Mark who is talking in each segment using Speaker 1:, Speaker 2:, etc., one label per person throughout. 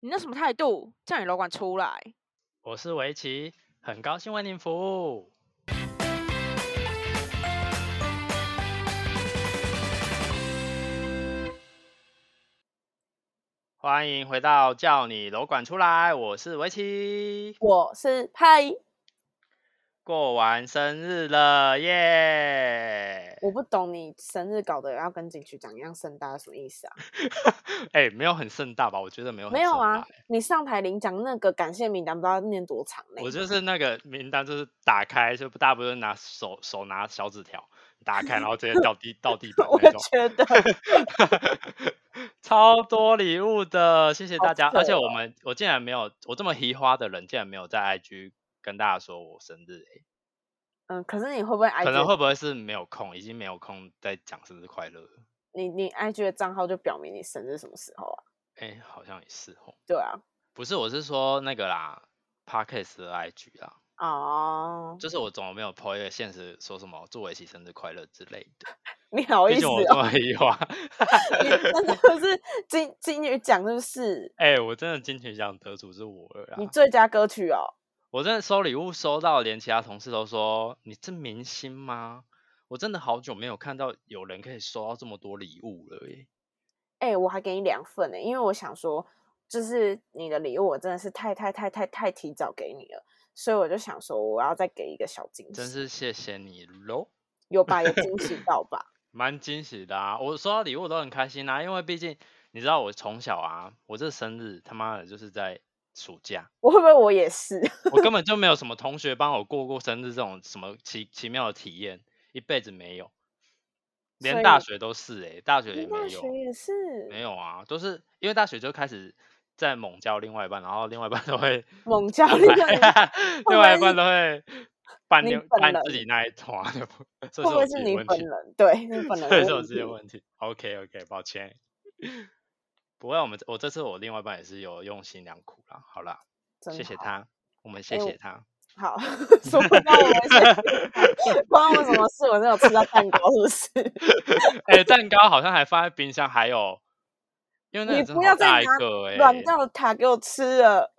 Speaker 1: 你那什么态度？叫你楼管出来！
Speaker 2: 我是围棋，很高兴为您服务。欢迎回到叫你楼管出来，我是围棋。
Speaker 3: 我是派，
Speaker 2: 过完生日了耶！
Speaker 3: 我不懂你生日搞得要跟景区长一样盛大什么意思啊？
Speaker 2: 哎、没有很盛大吧？我觉得没有很
Speaker 3: 没有
Speaker 2: 盛大欸
Speaker 3: 啊，你上台领奖那个感谢名单不知道念多长呢、
Speaker 2: 我就是那个名单，就是打开就大部分拿手手拿小纸条打开，然后直接掉 地到地板
Speaker 3: 我
Speaker 2: 那
Speaker 3: 也
Speaker 2: 种，
Speaker 3: 觉得
Speaker 2: 超多礼物的，谢谢
Speaker 3: 好
Speaker 2: 大家。而且
Speaker 3: 扯
Speaker 2: 我
Speaker 3: 哦
Speaker 2: 们我竟然没有我这么移花的人，竟然没有在 IG 跟大家说我生日、欸，
Speaker 3: 嗯，可是你会不会 IG
Speaker 2: 可能会不会是没有空，已经没有空再讲生日快乐了？
Speaker 3: 你你 IG 的账号就表明你生日什么时候啊？
Speaker 2: 哎、好像也是哦，
Speaker 3: 对啊，
Speaker 2: 不是，我是说那个啦 p a r k e s 的 IG 啦，
Speaker 3: 哦，
Speaker 2: 就是我怎么没有 po 一个现实说什么祝我一起生日快乐之类的？
Speaker 3: 你好意思
Speaker 2: 毕竟我
Speaker 3: 哦
Speaker 2: 这，么移花。
Speaker 3: 你真的就是金金曲奖是不是？
Speaker 2: 哎、我真的金曲奖得主是我了啦！
Speaker 3: 你最佳歌曲哦，
Speaker 2: 我真的收礼物收到，连其他同事都说你是明星吗？我真的好久没有看到有人可以收到这么多礼物了耶！
Speaker 3: 哎、我还给你两份呢、因为我想说，就是你的礼物我真的是太太太太太提早给你了，所以我就想说我要再给一个小惊
Speaker 2: 真
Speaker 3: 喜，
Speaker 2: 是谢谢你喽，
Speaker 3: 有吧？有惊喜到吧？
Speaker 2: 蛮惊喜的啊！我收到礼物都很开心啊，因为毕竟你知道我从小啊，我这生日他妈的就是在暑假，
Speaker 3: 我会不会我也是？
Speaker 2: 我根本就没有什么同学帮我过过生日这种什么奇奇妙的体验，一辈子没有，连
Speaker 3: 所
Speaker 2: 大
Speaker 3: 以
Speaker 2: 学都是哎、大学也
Speaker 3: 你
Speaker 2: 没有。
Speaker 3: 大学也是
Speaker 2: 没有啊，都是因为大学就开始在猛交另外一半，然后另外一半都会，
Speaker 3: 猛教
Speaker 2: 另
Speaker 3: 练，
Speaker 2: 外一
Speaker 3: 会不
Speaker 2: 半都会办
Speaker 3: 你
Speaker 2: 另
Speaker 3: 本
Speaker 2: 办
Speaker 3: 人
Speaker 2: 自己那一团， 会
Speaker 3: 会不会是你
Speaker 2: 问
Speaker 3: 本
Speaker 2: 题？
Speaker 3: 人？ 对，你本人
Speaker 2: 所以
Speaker 3: 的
Speaker 2: 是我
Speaker 3: 问
Speaker 2: 自己的
Speaker 3: 题
Speaker 2: 问题。OK OK，抱歉。不会，我们我这次我另外一半也是有用心良苦啦。好啦，
Speaker 3: 真
Speaker 2: 谢谢
Speaker 3: 好
Speaker 2: 他，我们谢
Speaker 3: 哎我
Speaker 2: 谢他。
Speaker 3: 好，说不到我们 先关我什么事？我真的有吃到蛋糕是不是？
Speaker 2: 哎、蛋糕好像还放在冰箱，还有，因为那
Speaker 3: 你
Speaker 2: 个真
Speaker 3: 不
Speaker 2: 的
Speaker 3: 要
Speaker 2: 好
Speaker 3: 再
Speaker 2: 大一
Speaker 3: 拿
Speaker 2: 个哎、
Speaker 3: 软掉的塔给我吃了，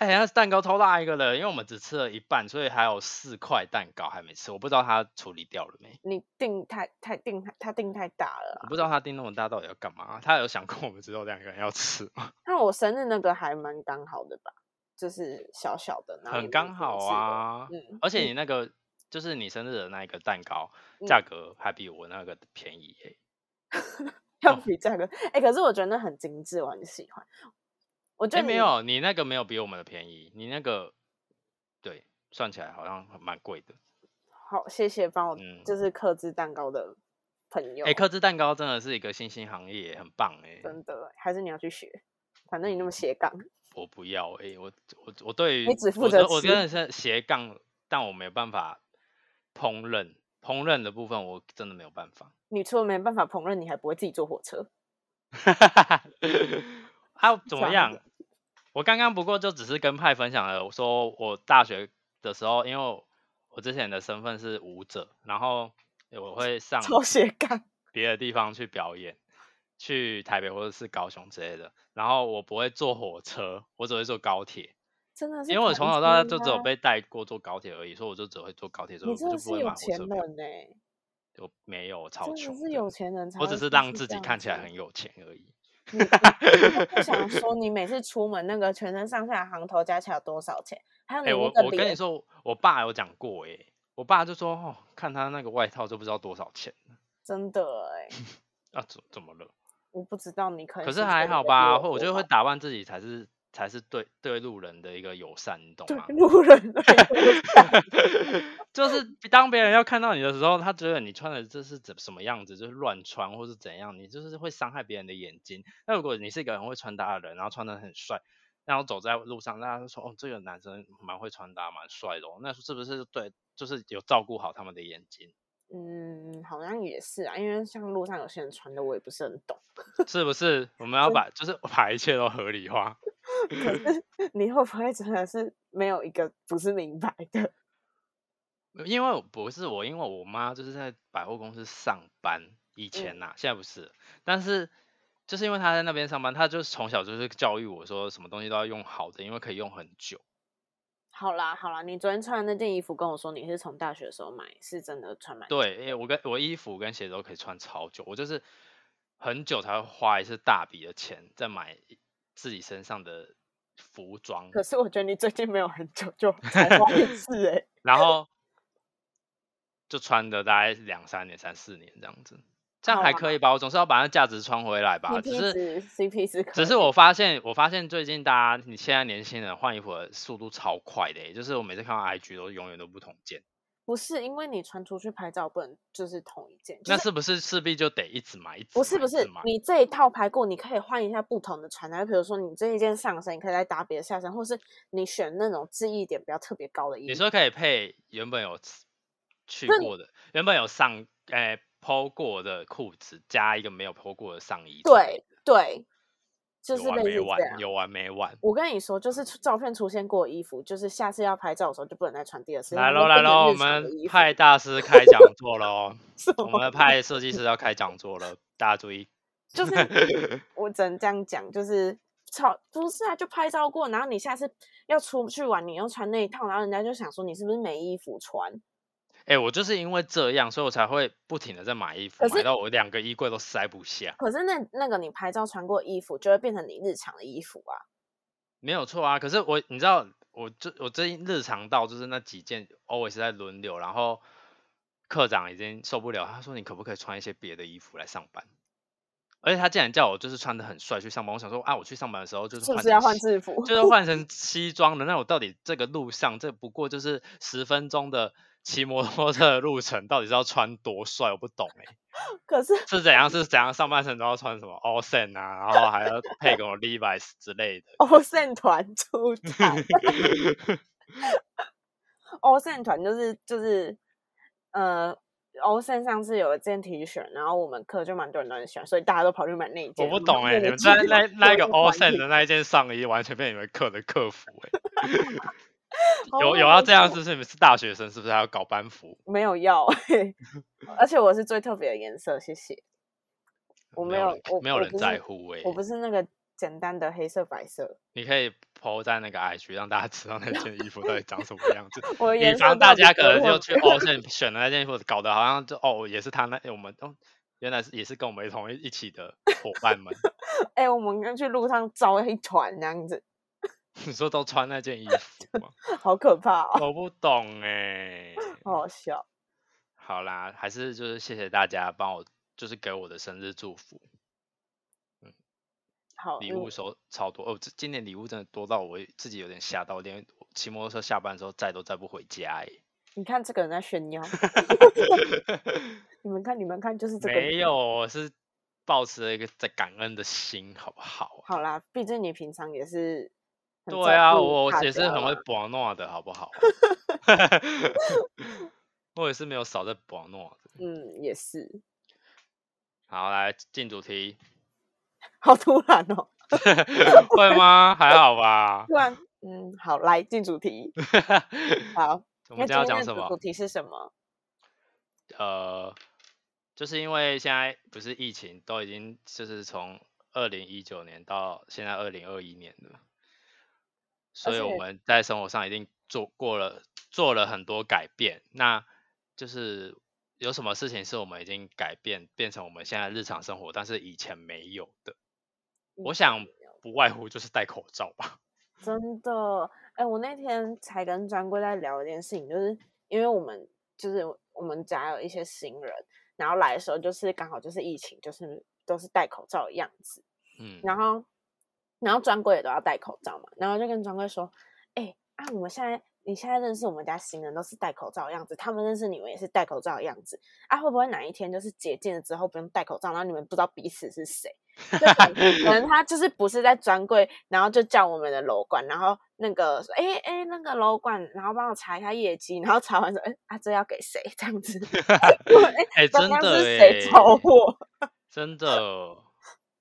Speaker 2: 哎、那蛋糕超大一个的，因为我们只吃了一半，所以还有四块蛋糕还没吃。我不知道他处理掉了没，
Speaker 3: 你定太太定太他定太大了啊
Speaker 2: 我。不知道他订那么大到底要干嘛。他有想过我们只有两个人要吃吗？
Speaker 3: 那我生日那个还蛮刚好的吧，就是小小的，然后也
Speaker 2: 很
Speaker 3: 没
Speaker 2: 刚
Speaker 3: 什么
Speaker 2: 好
Speaker 3: 事的。
Speaker 2: 啊，
Speaker 3: 嗯，
Speaker 2: 而且你那个就是你生日的那一个蛋糕，
Speaker 3: 嗯
Speaker 2: 价格还比我那个便宜耶、
Speaker 3: 要
Speaker 2: 哦
Speaker 3: 比价格，哎、可是我觉得那很精致，我很喜欢。我觉
Speaker 2: 哎、
Speaker 3: 得
Speaker 2: 没
Speaker 3: 你，
Speaker 2: 有，你那个没有比我们的便宜，你那个对算起来好像蛮贵的。
Speaker 3: 好，谢谢帮我
Speaker 2: 嗯
Speaker 3: 就是克制蛋糕的朋友，
Speaker 2: 哎、克制蛋糕真的是一个新兴行业，很棒哎、
Speaker 3: 真的，还是你要去学，反正你
Speaker 2: 嗯
Speaker 3: 那么斜杠，
Speaker 2: 我不要哎、我我我对于
Speaker 3: 你只负
Speaker 2: 我
Speaker 3: 责
Speaker 2: 真我
Speaker 3: 吃
Speaker 2: 真的是斜杠，但我没有办法烹饪，烹饪的部分我真的没有办法。
Speaker 3: 你除了没办法烹饪，你还不会自己坐火车。
Speaker 2: 啊，怎么
Speaker 3: 这样
Speaker 2: 样？我刚刚不过就只是跟派分享了，我说我大学的时候，因为我之前的身份是舞者，然后我会上
Speaker 3: 超斜杠，
Speaker 2: 别的地方去表演，去台北或者是高雄之类的。然后我不会坐火车，我只会坐高铁。
Speaker 3: 真的是
Speaker 2: 因为我
Speaker 3: 传
Speaker 2: 从小到大
Speaker 3: 承
Speaker 2: 就只有
Speaker 3: 啊
Speaker 2: 被带过坐高铁而已，所以我就只会坐高铁，所以
Speaker 3: 你
Speaker 2: 我
Speaker 3: 真
Speaker 2: 就
Speaker 3: 的
Speaker 2: 不
Speaker 3: 是
Speaker 2: 会
Speaker 3: 有
Speaker 2: 买火
Speaker 3: 钱
Speaker 2: 车票。
Speaker 3: 人呢、欸
Speaker 2: 我没有，我超
Speaker 3: 真的
Speaker 2: 穷
Speaker 3: 是
Speaker 2: 的。
Speaker 3: 有钱人才会
Speaker 2: 我
Speaker 3: 做
Speaker 2: 只
Speaker 3: 出
Speaker 2: 是
Speaker 3: 这样
Speaker 2: 让
Speaker 3: 的事。
Speaker 2: 自己看起来很有钱而已。
Speaker 3: 你你我不 想说，你每次出门那个全身上下的行头加起来有多少钱？还有
Speaker 2: 哎、
Speaker 3: 你那
Speaker 2: 我
Speaker 3: 个
Speaker 2: 我跟你
Speaker 3: 脸，
Speaker 2: 说，我爸有讲过、欸，我爸就说，哦，看他那个外套就不知道多少钱
Speaker 3: 真的哎、
Speaker 2: 啊，怎怎么了？
Speaker 3: 我不知道你可能。
Speaker 2: 可是还好吧，会我觉得会打扮自己才是才是对对路人的一个友善，你懂
Speaker 3: 对
Speaker 2: 吗？
Speaker 3: 路人而已
Speaker 2: 就是当别人要看到你的时候，他觉得你穿的这是怎什么样子，就是乱穿或是怎样，你就是会伤害别人的眼睛。那如果你是一个很会穿搭的人，然后穿的很帅，然后走在路上，大家就说哦，这个男生蛮会穿搭，蛮帅的、哦。那是不是对，就是有照顾好他们的眼睛，
Speaker 3: 嗯，好像也是啊，因为像路上有些人穿的，我也不是很 懂。
Speaker 2: 是不是？我们要
Speaker 3: 真
Speaker 2: 把就是把一切都合理化。
Speaker 3: 可 是你会不会真的是没有一个不是明白的？
Speaker 2: 因为我不是我，因为我妈就是在百货公司上班，以前呐、现在不是了，但是就是因为他在那边上班，他就是从小就是教育我说，什么东西都要用好的，因为可以用很久。
Speaker 3: 好啦好啦，你昨天穿的那件衣服跟我说你是从大学的时候买，是真的穿蛮久。
Speaker 2: 对，因为我跟我衣服跟鞋子都可以穿超久，我就是很久才会花一次大笔的钱在买自己身上的服装，
Speaker 3: 可是我觉得你最近没有很久 就才花一次哎、
Speaker 2: 然后就穿的大概两三年、三四年这样子，这样
Speaker 3: 好
Speaker 2: 还
Speaker 3: 啊
Speaker 2: 可以吧？我总是要把那价值穿回来吧，
Speaker 3: CP
Speaker 2: 只是
Speaker 3: 值 CP 值可
Speaker 2: 只是
Speaker 3: 以
Speaker 2: 我发现，我发现最近大家，你现在年轻人换衣服的速度超快的欸、就是我每次看到 IG 都永远都不同件，
Speaker 3: 不是因为你穿出去拍照不能就是同一件，就
Speaker 2: 那是不是势必就得一直买？一直
Speaker 3: 不是
Speaker 2: 买
Speaker 3: 不
Speaker 2: 一直
Speaker 3: 是
Speaker 2: 买
Speaker 3: 你这一套拍过，你可以换一下不同的穿搭，比如说你这一件上身，你可以再搭别的下身，或是你选那种记忆点比较特别高的衣
Speaker 2: 你
Speaker 3: 服。
Speaker 2: 说可以配原本有去
Speaker 3: 那
Speaker 2: 过的，原本有上诶剖、过的裤子，加一个没有剖过的上衣之类
Speaker 3: 对
Speaker 2: 的，
Speaker 3: 对，就
Speaker 2: 有
Speaker 3: 是
Speaker 2: 完
Speaker 3: 类似
Speaker 2: 没
Speaker 3: 这样
Speaker 2: 完，。有完没完。
Speaker 3: 我跟你说，就是出照片出现过的衣服，就是下次要拍照的时候就不能再穿第二次。因为
Speaker 2: 来
Speaker 3: 它就
Speaker 2: 喽来
Speaker 3: 变成
Speaker 2: 喽，我
Speaker 3: 日常的
Speaker 2: 们
Speaker 3: 衣服
Speaker 2: 派大师开讲 座喽，
Speaker 3: 什
Speaker 2: 我
Speaker 3: 么
Speaker 2: 们派设计师要开讲座了，大家注意。
Speaker 3: 就是 我只能这样讲，就是超不是啊，就拍照过，然后你下次要出去玩，你又穿那一套，然后人家就想说你是不是没衣服穿？
Speaker 2: 哎、我就是因为这样，所以我才会不停的在买衣服，
Speaker 3: 可
Speaker 2: 买
Speaker 3: 是
Speaker 2: 到我两个衣柜都塞不下。
Speaker 3: 可是那那个你拍照穿过衣服，就会变成你日常的衣服啊。
Speaker 2: 没有错啊，可是我你知道，我这我最近日常到就是那几件 always 在轮流，然后课长已经受不了，他说你可不可以穿一些别的衣服来上班？而且他竟然叫我就是穿的很帅去上班，我想说啊，我去上班的时候就是
Speaker 3: 是不
Speaker 2: 换
Speaker 3: 是
Speaker 2: 成
Speaker 3: 要换
Speaker 2: 西
Speaker 3: 制服？
Speaker 2: 就是换成西装的，那我到底这个路上，这不过就是十分钟的骑摩托车的路程，到底是要穿多帅？我不懂哎、
Speaker 3: 可 是
Speaker 2: 是怎样？是怎样？上半身都要穿什么 all s e n 啊，然后还要配个 Levi's 之类的。
Speaker 3: 欧线团出 团，欧线团就是就是呃。欧线上次有一件 T 恤，然后我们课就蛮多人都很喜欢，所以大家都跑去买那一件。
Speaker 2: 我不懂哎、
Speaker 3: 哎、
Speaker 2: 你们在那那个 all s e
Speaker 3: n
Speaker 2: n 的那一件上衣，完全被你们课的客服哎、
Speaker 3: 好
Speaker 2: 有有
Speaker 3: 哦好
Speaker 2: 要这样
Speaker 3: 笑
Speaker 2: 是不是？你们是大学生是不是还要搞班服？
Speaker 3: 没有要、 嘿而且我是最特别的颜色，谢谢。我没有
Speaker 2: 人
Speaker 3: 我
Speaker 2: 没有
Speaker 3: 我
Speaker 2: 人
Speaker 3: 不是
Speaker 2: 在乎哎、
Speaker 3: 我不是那个简单的黑色白色，
Speaker 2: 你可以 PO 在那个 IG 让大家知道那件衣服到底长什么样子。
Speaker 3: 我的
Speaker 2: 以
Speaker 3: 颜色
Speaker 2: 防大
Speaker 3: 到底
Speaker 2: 家可
Speaker 3: 多
Speaker 2: 能就
Speaker 3: 混
Speaker 2: 去 O 线选的那件衣服，搞得好像就哦，也是他那我们哦，原来是也是跟我们同一一起的伙 伴们，
Speaker 3: 哎、我们跟去路上招一团这样子，
Speaker 2: 你说都穿那件衣服吗？
Speaker 3: 好可怕哦，
Speaker 2: 我不懂哎、
Speaker 3: 好好笑。
Speaker 2: 好啦，还是就是谢谢大家帮我，就是给我的生日祝福，
Speaker 3: 好，
Speaker 2: 礼
Speaker 3: 嗯
Speaker 2: 物收超多哦，这今年礼物真的多到我自己有点吓到，连骑摩托车下班的时候载都载不回家哎、
Speaker 3: 你看这个人在炫 耀，你们看，你们看， 就是这个人。
Speaker 2: 没有，我是抱持了一个在感恩的心，好不好啊？
Speaker 3: 好啦，毕竟你平常也是很
Speaker 2: 对
Speaker 3: 照
Speaker 2: 啊，
Speaker 3: 顾
Speaker 2: 我
Speaker 3: 大
Speaker 2: 也是
Speaker 3: 家
Speaker 2: 很
Speaker 3: 啦
Speaker 2: 会博诺的，好不好？啊 我也是没有少在博诺的。
Speaker 3: 嗯，也是，
Speaker 2: 好，来进主题，
Speaker 3: 好突然哦，
Speaker 2: 会吗？还好吧。
Speaker 3: 突然，嗯，好，来进主题，好， 那
Speaker 2: 我们今天
Speaker 3: 今
Speaker 2: 要
Speaker 3: 天
Speaker 2: 讲
Speaker 3: 的
Speaker 2: 什
Speaker 3: 主
Speaker 2: 么
Speaker 3: 主？题是什么？
Speaker 2: 呃，就是因为现在不是疫情，都已经就是从二零一九年到现在二零二一年了，所以我
Speaker 3: 且
Speaker 2: 们在生活上一定做过了做了很多改变。那就是有什么事情是我们已经改变，变成我们现在日常生活，但是以前没有的？我
Speaker 3: 嗯
Speaker 2: 想不外乎就是戴口罩吧。
Speaker 3: 真的，哎、我那天才跟专柜在聊一件事情，就是因为我们就是我们家有一些新人，然后来的时候就是刚好就是疫情，就是都是戴口罩的样子，
Speaker 2: 嗯，
Speaker 3: 然后然后专柜也都要戴口罩嘛，然后就跟专柜说，哎、啊，我们现在你现在认识我们家新人都是戴口罩的样子，他们认识你们也是戴口罩的样子，啊，会不会哪一天就是解禁了之后不用戴口罩，然后你们不知道彼此是谁？ 就可能可能他就是不是在专柜，然后就叫我们的楼管，然后那个说，哎、哎、那个楼管，然后帮我查一下业绩，然后查完说，哎、啊，这要给谁？这样 子， 哎、
Speaker 2: 哎、
Speaker 3: 刚
Speaker 2: 真
Speaker 3: 刚
Speaker 2: 的
Speaker 3: 是谁
Speaker 2: 哎
Speaker 3: 找我？
Speaker 2: 真的，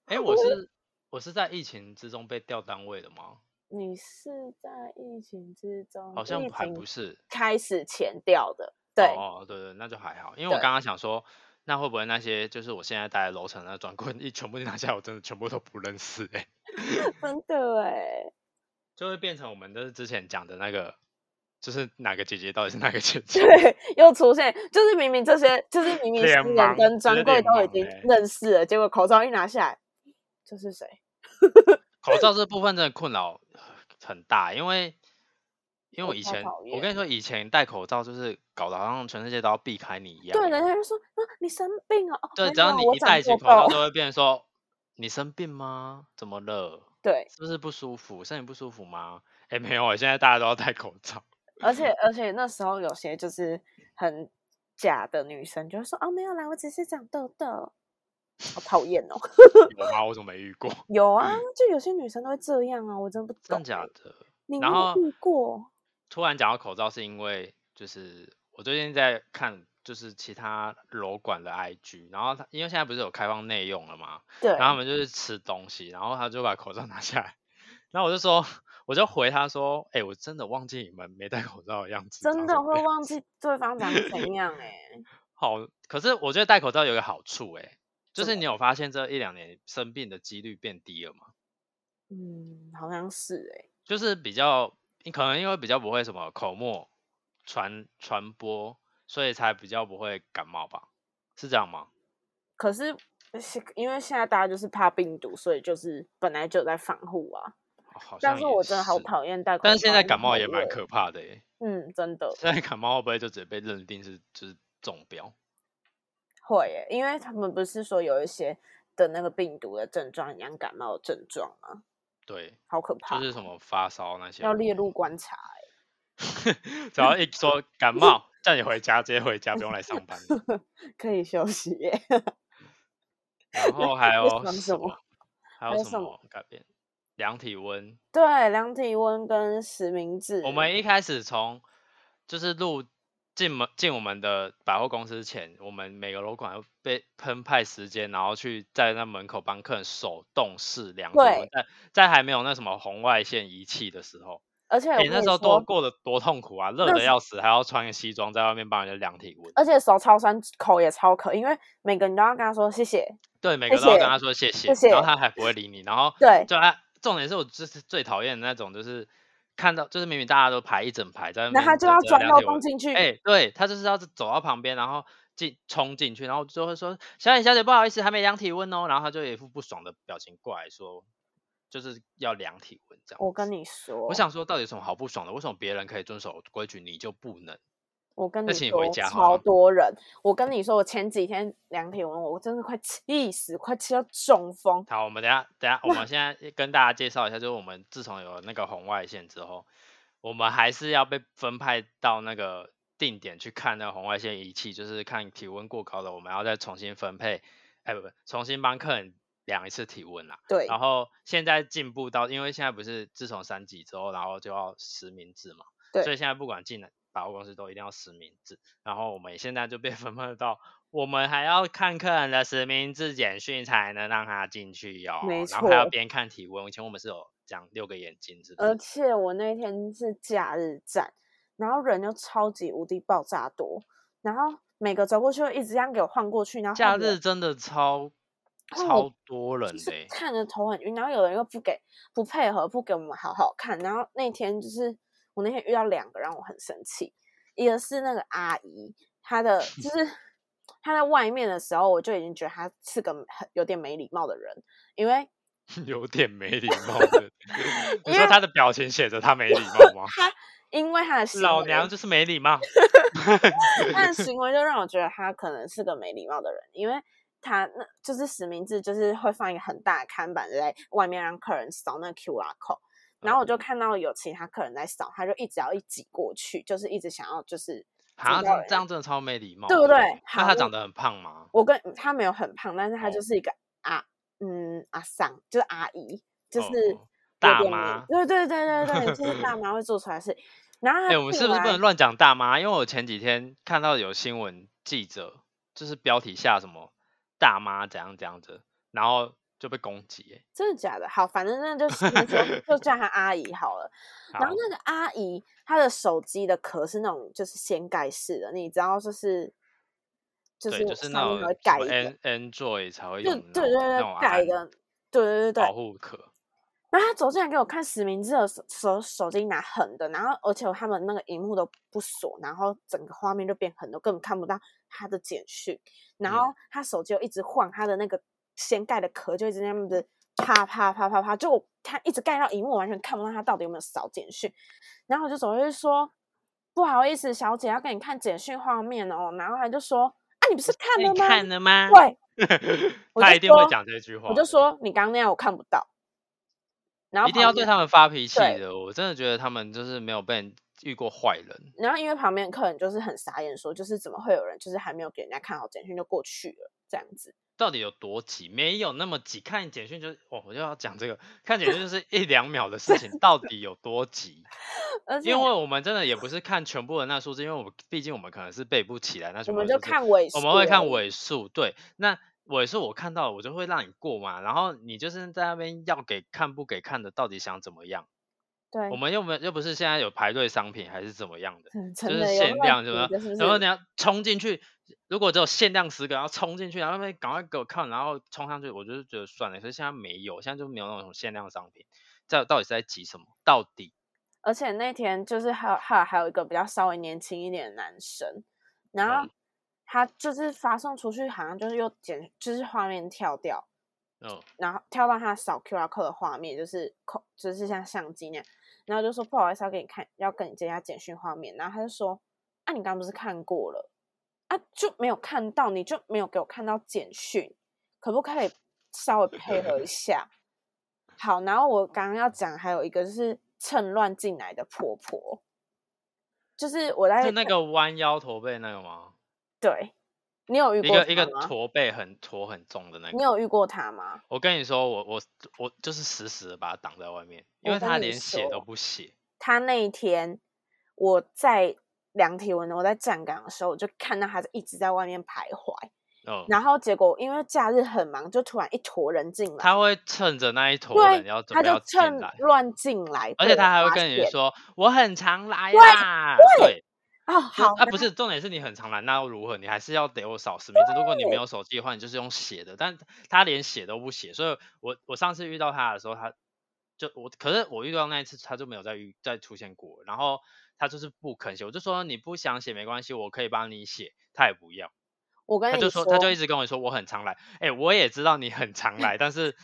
Speaker 2: 哎、我是我是在疫情之中被调单位的吗？
Speaker 3: 你是在疫情之中，
Speaker 2: 好像
Speaker 3: 疫
Speaker 2: 还
Speaker 3: 情
Speaker 2: 不是。哦
Speaker 3: 开始前掉的，对，
Speaker 2: 哦，对对，那就还好，因为我
Speaker 3: 对
Speaker 2: 刚刚想说，那会不会那些就是我现在待的楼层的专柜一 全部拿下，我真的全部都不认识哎、
Speaker 3: 真的哎，
Speaker 2: 就会变成我们就是之前讲的那个，就是哪个姐姐到底是哪个姐 姐？
Speaker 3: 对，又出现，就是明明这些，就是明明
Speaker 2: 脸
Speaker 3: 新人
Speaker 2: 盲
Speaker 3: 跟
Speaker 2: 直
Speaker 3: 专
Speaker 2: 接
Speaker 3: 柜
Speaker 2: 脸
Speaker 3: 都已
Speaker 2: 盲
Speaker 3: 经
Speaker 2: 欸
Speaker 3: 认识了，结果口罩一拿下来，这是谁？
Speaker 2: 口罩这部分真的困扰很大，因为因为我
Speaker 3: 我
Speaker 2: 以
Speaker 3: 超
Speaker 2: 前
Speaker 3: 讨
Speaker 2: 我跟你说，以前戴口罩就是搞得好像全世界都要避开你一样。
Speaker 3: 对，人家就说啊，你生病了、哦，
Speaker 2: 对，
Speaker 3: 没
Speaker 2: 只
Speaker 3: 有
Speaker 2: 要
Speaker 3: 啊
Speaker 2: 你
Speaker 3: 我
Speaker 2: 一
Speaker 3: 长
Speaker 2: 戴起
Speaker 3: 痘
Speaker 2: 口罩，
Speaker 3: 痘
Speaker 2: 就会变成说你生病吗？怎么了？
Speaker 3: 对，
Speaker 2: 是不是不舒服？身体不舒服吗？哎，没有啊，现在大家都要戴口 罩。
Speaker 3: 而且而且那时候有些就是很假的女生，就会说哦没有啦，我只是长痘痘，好讨厌哦。
Speaker 2: 有吗？我怎么没遇过？
Speaker 3: 有啊，就有些女生都会这样啊，我真不懂。
Speaker 2: 嗯真假？的？
Speaker 3: 你没
Speaker 2: 然
Speaker 3: 有
Speaker 2: 后
Speaker 3: 遇过？
Speaker 2: 突然讲到口罩，是因为就是我最近在看就是其他楼管的 IG，然后他因为现在不是有开放内用了嘛，
Speaker 3: 对，
Speaker 2: 然后他们就是吃东西，然后他就把口罩拿下来，然后我就说我就回他说，哎、我真的忘记你们没戴口罩的样子，
Speaker 3: 真
Speaker 2: 长
Speaker 3: 的
Speaker 2: 什么
Speaker 3: 会
Speaker 2: 样
Speaker 3: 忘记对方长 怎样哎、
Speaker 2: 好，可是我觉得戴口罩有个好处、欸，就
Speaker 3: 什
Speaker 2: 是你有发现这一两年生病的几率变低了吗？
Speaker 3: 嗯，好像是哎、
Speaker 2: 就是比较，你可能因为比较不会什么口沫传传播，所以才比较不会感冒吧？是这样吗？
Speaker 3: 可是是因为现在大家就是怕病毒，所以就是本来就在防护啊。
Speaker 2: 哦好像
Speaker 3: 但是
Speaker 2: 是
Speaker 3: 我真的好，讨厌戴口罩，
Speaker 2: 但是现在
Speaker 3: 我
Speaker 2: 感
Speaker 3: 好
Speaker 2: 冒也蛮
Speaker 3: 热
Speaker 2: 可怕的、欸，
Speaker 3: 嗯，真的
Speaker 2: 现在感冒会不会就直接被认定是就是中标？
Speaker 3: 会耶，因为他们不是说有一些的那个病毒的症状很像感冒的症状吗？
Speaker 2: 对，
Speaker 3: 好可怕，
Speaker 2: 就是什么发烧那些，
Speaker 3: 要列入观察 耶。
Speaker 2: 只要一说感冒，叫你回家，直接回家，不用来上班了。
Speaker 3: 可以休息欸耶。
Speaker 2: 然后还
Speaker 3: 为
Speaker 2: 有
Speaker 3: 什么
Speaker 2: 什
Speaker 3: 什么
Speaker 2: 么？还
Speaker 3: 还有
Speaker 2: 有什
Speaker 3: 什
Speaker 2: 么改变？量体温。
Speaker 3: 对，量体温跟实名制，
Speaker 2: 我们一开始从就是入进门进我们的百货公司前，我们每个楼管会被喷派时间，然后去在那门口帮客人手动试量体温
Speaker 3: 对。
Speaker 2: 在在还没有那什么红外线仪器的时候，
Speaker 3: 而且我
Speaker 2: 哎、
Speaker 3: 跟
Speaker 2: 那
Speaker 3: 你
Speaker 2: 时候多
Speaker 3: 说
Speaker 2: 过得多痛苦啊！热
Speaker 3: 那
Speaker 2: 的
Speaker 3: 时
Speaker 2: 要死，还要穿个西装在外面帮人家量体温。
Speaker 3: 而且手超酸，口也超渴，因为每个人都要跟他说谢谢。
Speaker 2: 对，每
Speaker 3: 谢
Speaker 2: 个都要
Speaker 3: 谢
Speaker 2: 跟他说谢谢，
Speaker 3: 谢
Speaker 2: 然后
Speaker 3: 谢
Speaker 2: 他还不会理你，然后
Speaker 3: 对
Speaker 2: 就他重点是我就是最讨厌的那种，就是看到就是明明大家都排一整排在那
Speaker 3: 那
Speaker 2: 边等着
Speaker 3: 他
Speaker 2: 量体
Speaker 3: 就
Speaker 2: 温，
Speaker 3: 要钻漏洞进去，
Speaker 2: 哎、对他就是要走到旁边，然后进冲进去，然后就会说小姐小姐不好意思，还没量体温哦，然后他就有一副不爽的表情过来说，就是要量体温这样。
Speaker 3: 我跟。你说，
Speaker 2: 我，想说，到底有什么好不爽的？为什么别人可以遵守规矩，你就不能？
Speaker 3: 我跟
Speaker 2: 那
Speaker 3: 你
Speaker 2: 请你回
Speaker 3: 说，
Speaker 2: 家好
Speaker 3: 超
Speaker 2: 吗
Speaker 3: 多人。我跟你说，我前几天量体温，我真的快气死，快气到中风。
Speaker 2: 好，我们等一下等一下，我们现在跟大家介绍一下，就是我们自从有了那个红外线之后，我们还是要被分派到那个定点去看那个红外线仪器，就是看体温过高的，我们要再重新分配，哎不不，重新帮客人量一次体温啊啦。
Speaker 3: 对，
Speaker 2: 然后现在进步到，因为现在不是自从三级之后，然后就要实名制嘛，
Speaker 3: 对
Speaker 2: 所以现在不管进来百货公司都一定要实名制。然后我们现在就被 分配到，我们还要看客人的实名制简讯才能让他进去哟、
Speaker 3: 没
Speaker 2: 然后还要
Speaker 3: 错呃
Speaker 2: 边看体温，以前我们是有讲六个眼睛，是不
Speaker 3: 而
Speaker 2: 是？
Speaker 3: 且我那天是假日站，然后人又超级无敌爆炸多，然后每个走过去会一直这样给我晃过去，然后
Speaker 2: 假
Speaker 3: 晃得我
Speaker 2: 日真的超
Speaker 3: 然后我
Speaker 2: 超多人
Speaker 3: 就是
Speaker 2: 的欸、
Speaker 3: 看着头很晕，然后有人又不给不配合，不给我们好好看。然后那天就是我那天遇到两个让我很生气，一个是那个阿姨，她 的就是她在外面的时候，我就已经觉得她是个很有点没礼貌的人，因为
Speaker 2: 有点没礼 貌的。 你
Speaker 3: 因
Speaker 2: 说
Speaker 3: 为
Speaker 2: 他的表情写着他没礼 貌吗？
Speaker 3: 她因为她的行
Speaker 2: 老
Speaker 3: 为
Speaker 2: 娘就是没礼貌。
Speaker 3: 他的行为就让我觉得他可能是个没礼貌的人，因为他那就是实名制，就是会放一个很大的看板在外面让客人扫那个 QR code，然
Speaker 2: 嗯
Speaker 3: 后我就看到有其他客人在扫，他就一直要一挤过去，就是一直想要就是
Speaker 2: 啊，
Speaker 3: 知道
Speaker 2: 这这
Speaker 3: 人
Speaker 2: 样真的超没礼貌的
Speaker 3: 对
Speaker 2: 欸，
Speaker 3: 不对
Speaker 2: 那
Speaker 3: 好
Speaker 2: 他
Speaker 3: 那
Speaker 2: 长得很胖吗？
Speaker 3: 我跟他没有很胖，但是他就
Speaker 2: 哦
Speaker 3: 是一个阿、嗯阿桑，就是阿姨，就
Speaker 2: 哦
Speaker 3: 是
Speaker 2: 哦
Speaker 3: 有
Speaker 2: 大
Speaker 3: 点
Speaker 2: 妈
Speaker 3: 没，对对对对对，就是 大妈会做出来的事。然后
Speaker 2: 哎、
Speaker 3: 他
Speaker 2: 我们
Speaker 3: 进
Speaker 2: 是不是
Speaker 3: 来
Speaker 2: 不能乱讲大妈？因为我前几天看到有新闻记者，就是标题下什么大妈怎样怎样子，然后就被攻击欸、
Speaker 3: 真的假的？好，反正那就是就叫她阿姨好了。然
Speaker 2: 好
Speaker 3: 后那个阿姨，她的手机的壳是那种就是掀盖式的，你知道，就是就
Speaker 2: 对，就是是那
Speaker 3: 上面
Speaker 2: 种
Speaker 3: 还会盖一
Speaker 2: 什
Speaker 3: 个
Speaker 2: 么，N Android 才会
Speaker 3: 就
Speaker 2: 用
Speaker 3: 对
Speaker 2: 的那
Speaker 3: 对
Speaker 2: 种那种
Speaker 3: 对，盖一
Speaker 2: 按
Speaker 3: 个，对对对对
Speaker 2: 保。护壳，
Speaker 3: 然后他走进来给我看实名制的手手手机拿横的，然后而且他们那个荧幕都不锁，然后整个画面就变横的，根本看不到他的简讯。然
Speaker 2: 嗯
Speaker 3: 后他手机又一直晃，他的那个掀盖的壳就一直那样子啪啪啪啪啪，就我他一直盖到荧幕，我完全看不到他到底有没有扫简讯。然后我就走过去说：“不好意思，小姐要给你看简讯画面哦。”然后他就说：“啊，你不是看了吗？”
Speaker 2: 了吗
Speaker 3: 对，我
Speaker 2: 他
Speaker 3: 就
Speaker 2: 一定会
Speaker 3: 说
Speaker 2: 讲这句话的，
Speaker 3: 我就说：“你刚刚那样我看不到。”然后
Speaker 2: 一定要
Speaker 3: 旁
Speaker 2: 对
Speaker 3: 边
Speaker 2: 他们发脾气
Speaker 3: 对
Speaker 2: 的，我真的觉得他们就是没有被遇过坏人，
Speaker 3: 然后因为旁边的客人就是很傻眼，说就是怎么会有人就是还没有给人家看好简讯就过去了这样子，
Speaker 2: 到底有多急？没有那么急，看简讯就是哦，我就要讲这个，看简讯就是一两秒的事情，到底有多 急？
Speaker 3: 而且
Speaker 2: 因为我们真的也不是看全部的那数字，因为我们毕竟我们可能是背不起来那
Speaker 3: 我
Speaker 2: 全部
Speaker 3: 们
Speaker 2: 的
Speaker 3: 就
Speaker 2: 数字，
Speaker 3: 看尾数
Speaker 2: 我
Speaker 3: 而已，
Speaker 2: 们会看尾数，对，那尾数我看到了我就会让你过嘛，然后你就是在那边要给看不给看的，到底想怎么样？
Speaker 3: 对，
Speaker 2: 我们又没又不是现在有排队商品还是怎么样的，
Speaker 3: 们
Speaker 2: 就
Speaker 3: 嗯真
Speaker 2: 是
Speaker 3: 的有
Speaker 2: 限
Speaker 3: 乱
Speaker 2: 量什么
Speaker 3: 评的是不
Speaker 2: 然后
Speaker 3: 是？
Speaker 2: 你要冲进去，如果只有限量十个，然后冲进去，然后那边赶快给我看，然后冲上去，我就是觉得算了。可是现在没有，现在就没有那种限量商品，在到底是在急什么？到底
Speaker 3: 而且那天就是还有还有还有一个比较稍微年轻一点的男生，然
Speaker 2: 嗯
Speaker 3: 后他就是发送出去，好像就是又简就是画面跳掉，
Speaker 2: 嗯，
Speaker 3: 然后跳到他扫 QR code 的画面，就是扣，就是像相机那样，然后就说不好意思，要给你看，要跟你接一下简讯画面，然后他就说，啊，你刚刚不是看过了，啊，就没有看到，你就没有给我看到简讯，可不可以稍微配合一下？好，然后我刚刚要讲还有一个就是趁乱进来的婆婆，就是我在
Speaker 2: 就那个弯腰驼背那个吗？
Speaker 3: 对，你有遇
Speaker 2: 一
Speaker 3: 过
Speaker 2: 个一个
Speaker 3: 她吗？
Speaker 2: 驼背很驼很重的那
Speaker 3: 啊你
Speaker 2: 个。
Speaker 3: 有遇过他吗？
Speaker 2: 我跟你说，我我我就是死死的把他挡在外面，因
Speaker 3: 我
Speaker 2: 为
Speaker 3: 跟
Speaker 2: 他
Speaker 3: 你
Speaker 2: 连写
Speaker 3: 说
Speaker 2: 都不写。
Speaker 3: 他那一天我在量体温，我在站岗的时候，我就看到他一直在外面徘徊。
Speaker 2: 嗯，
Speaker 3: 然后结果因为假日很忙，就突然一坨人进来，
Speaker 2: 他会趁着那一坨人
Speaker 3: 对
Speaker 2: 要，准
Speaker 3: 他
Speaker 2: 备要
Speaker 3: 就
Speaker 2: 进
Speaker 3: 趁
Speaker 2: 来，
Speaker 3: 乱进来，
Speaker 2: 而
Speaker 3: 被
Speaker 2: 且
Speaker 3: 我
Speaker 2: 他还会
Speaker 3: 发
Speaker 2: 跟你
Speaker 3: 现
Speaker 2: 说我很常来啦，对，
Speaker 3: 哦，
Speaker 2: 就
Speaker 3: 好
Speaker 2: 啊，不是重点是你很常来，那又如何？你还是要得我扫实名制。如果你没有手机的话，你就是用写的，但他连写都不写，所以我我上次遇到他的时候，他就我，可是我遇到那一次他就没有再遇再出现过，然后他就是不肯写，我就说你不想写没关系，我可以帮你写，他也不要，
Speaker 3: 我跟
Speaker 2: 他
Speaker 3: 你
Speaker 2: 就说他就一直跟我说我很常来，哎、我也知道你很常来，但是